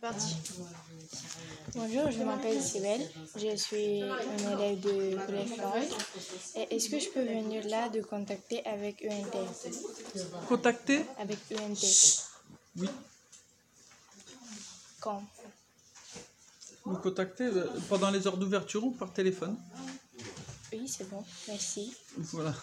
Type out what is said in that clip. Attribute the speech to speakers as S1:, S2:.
S1: parti.
S2: Bonjour, je m'appelle Sibel, je suis une élève de Collège Floride. Et Est-ce que je peux venir là de contacter avec ENT
S1: Contacter
S2: Avec E ENT
S1: Oui.
S2: Quand
S1: Vous contactez euh, pendant les heures d'ouverture ou par téléphone
S2: Oui, c'est bon, merci.
S1: Voilà.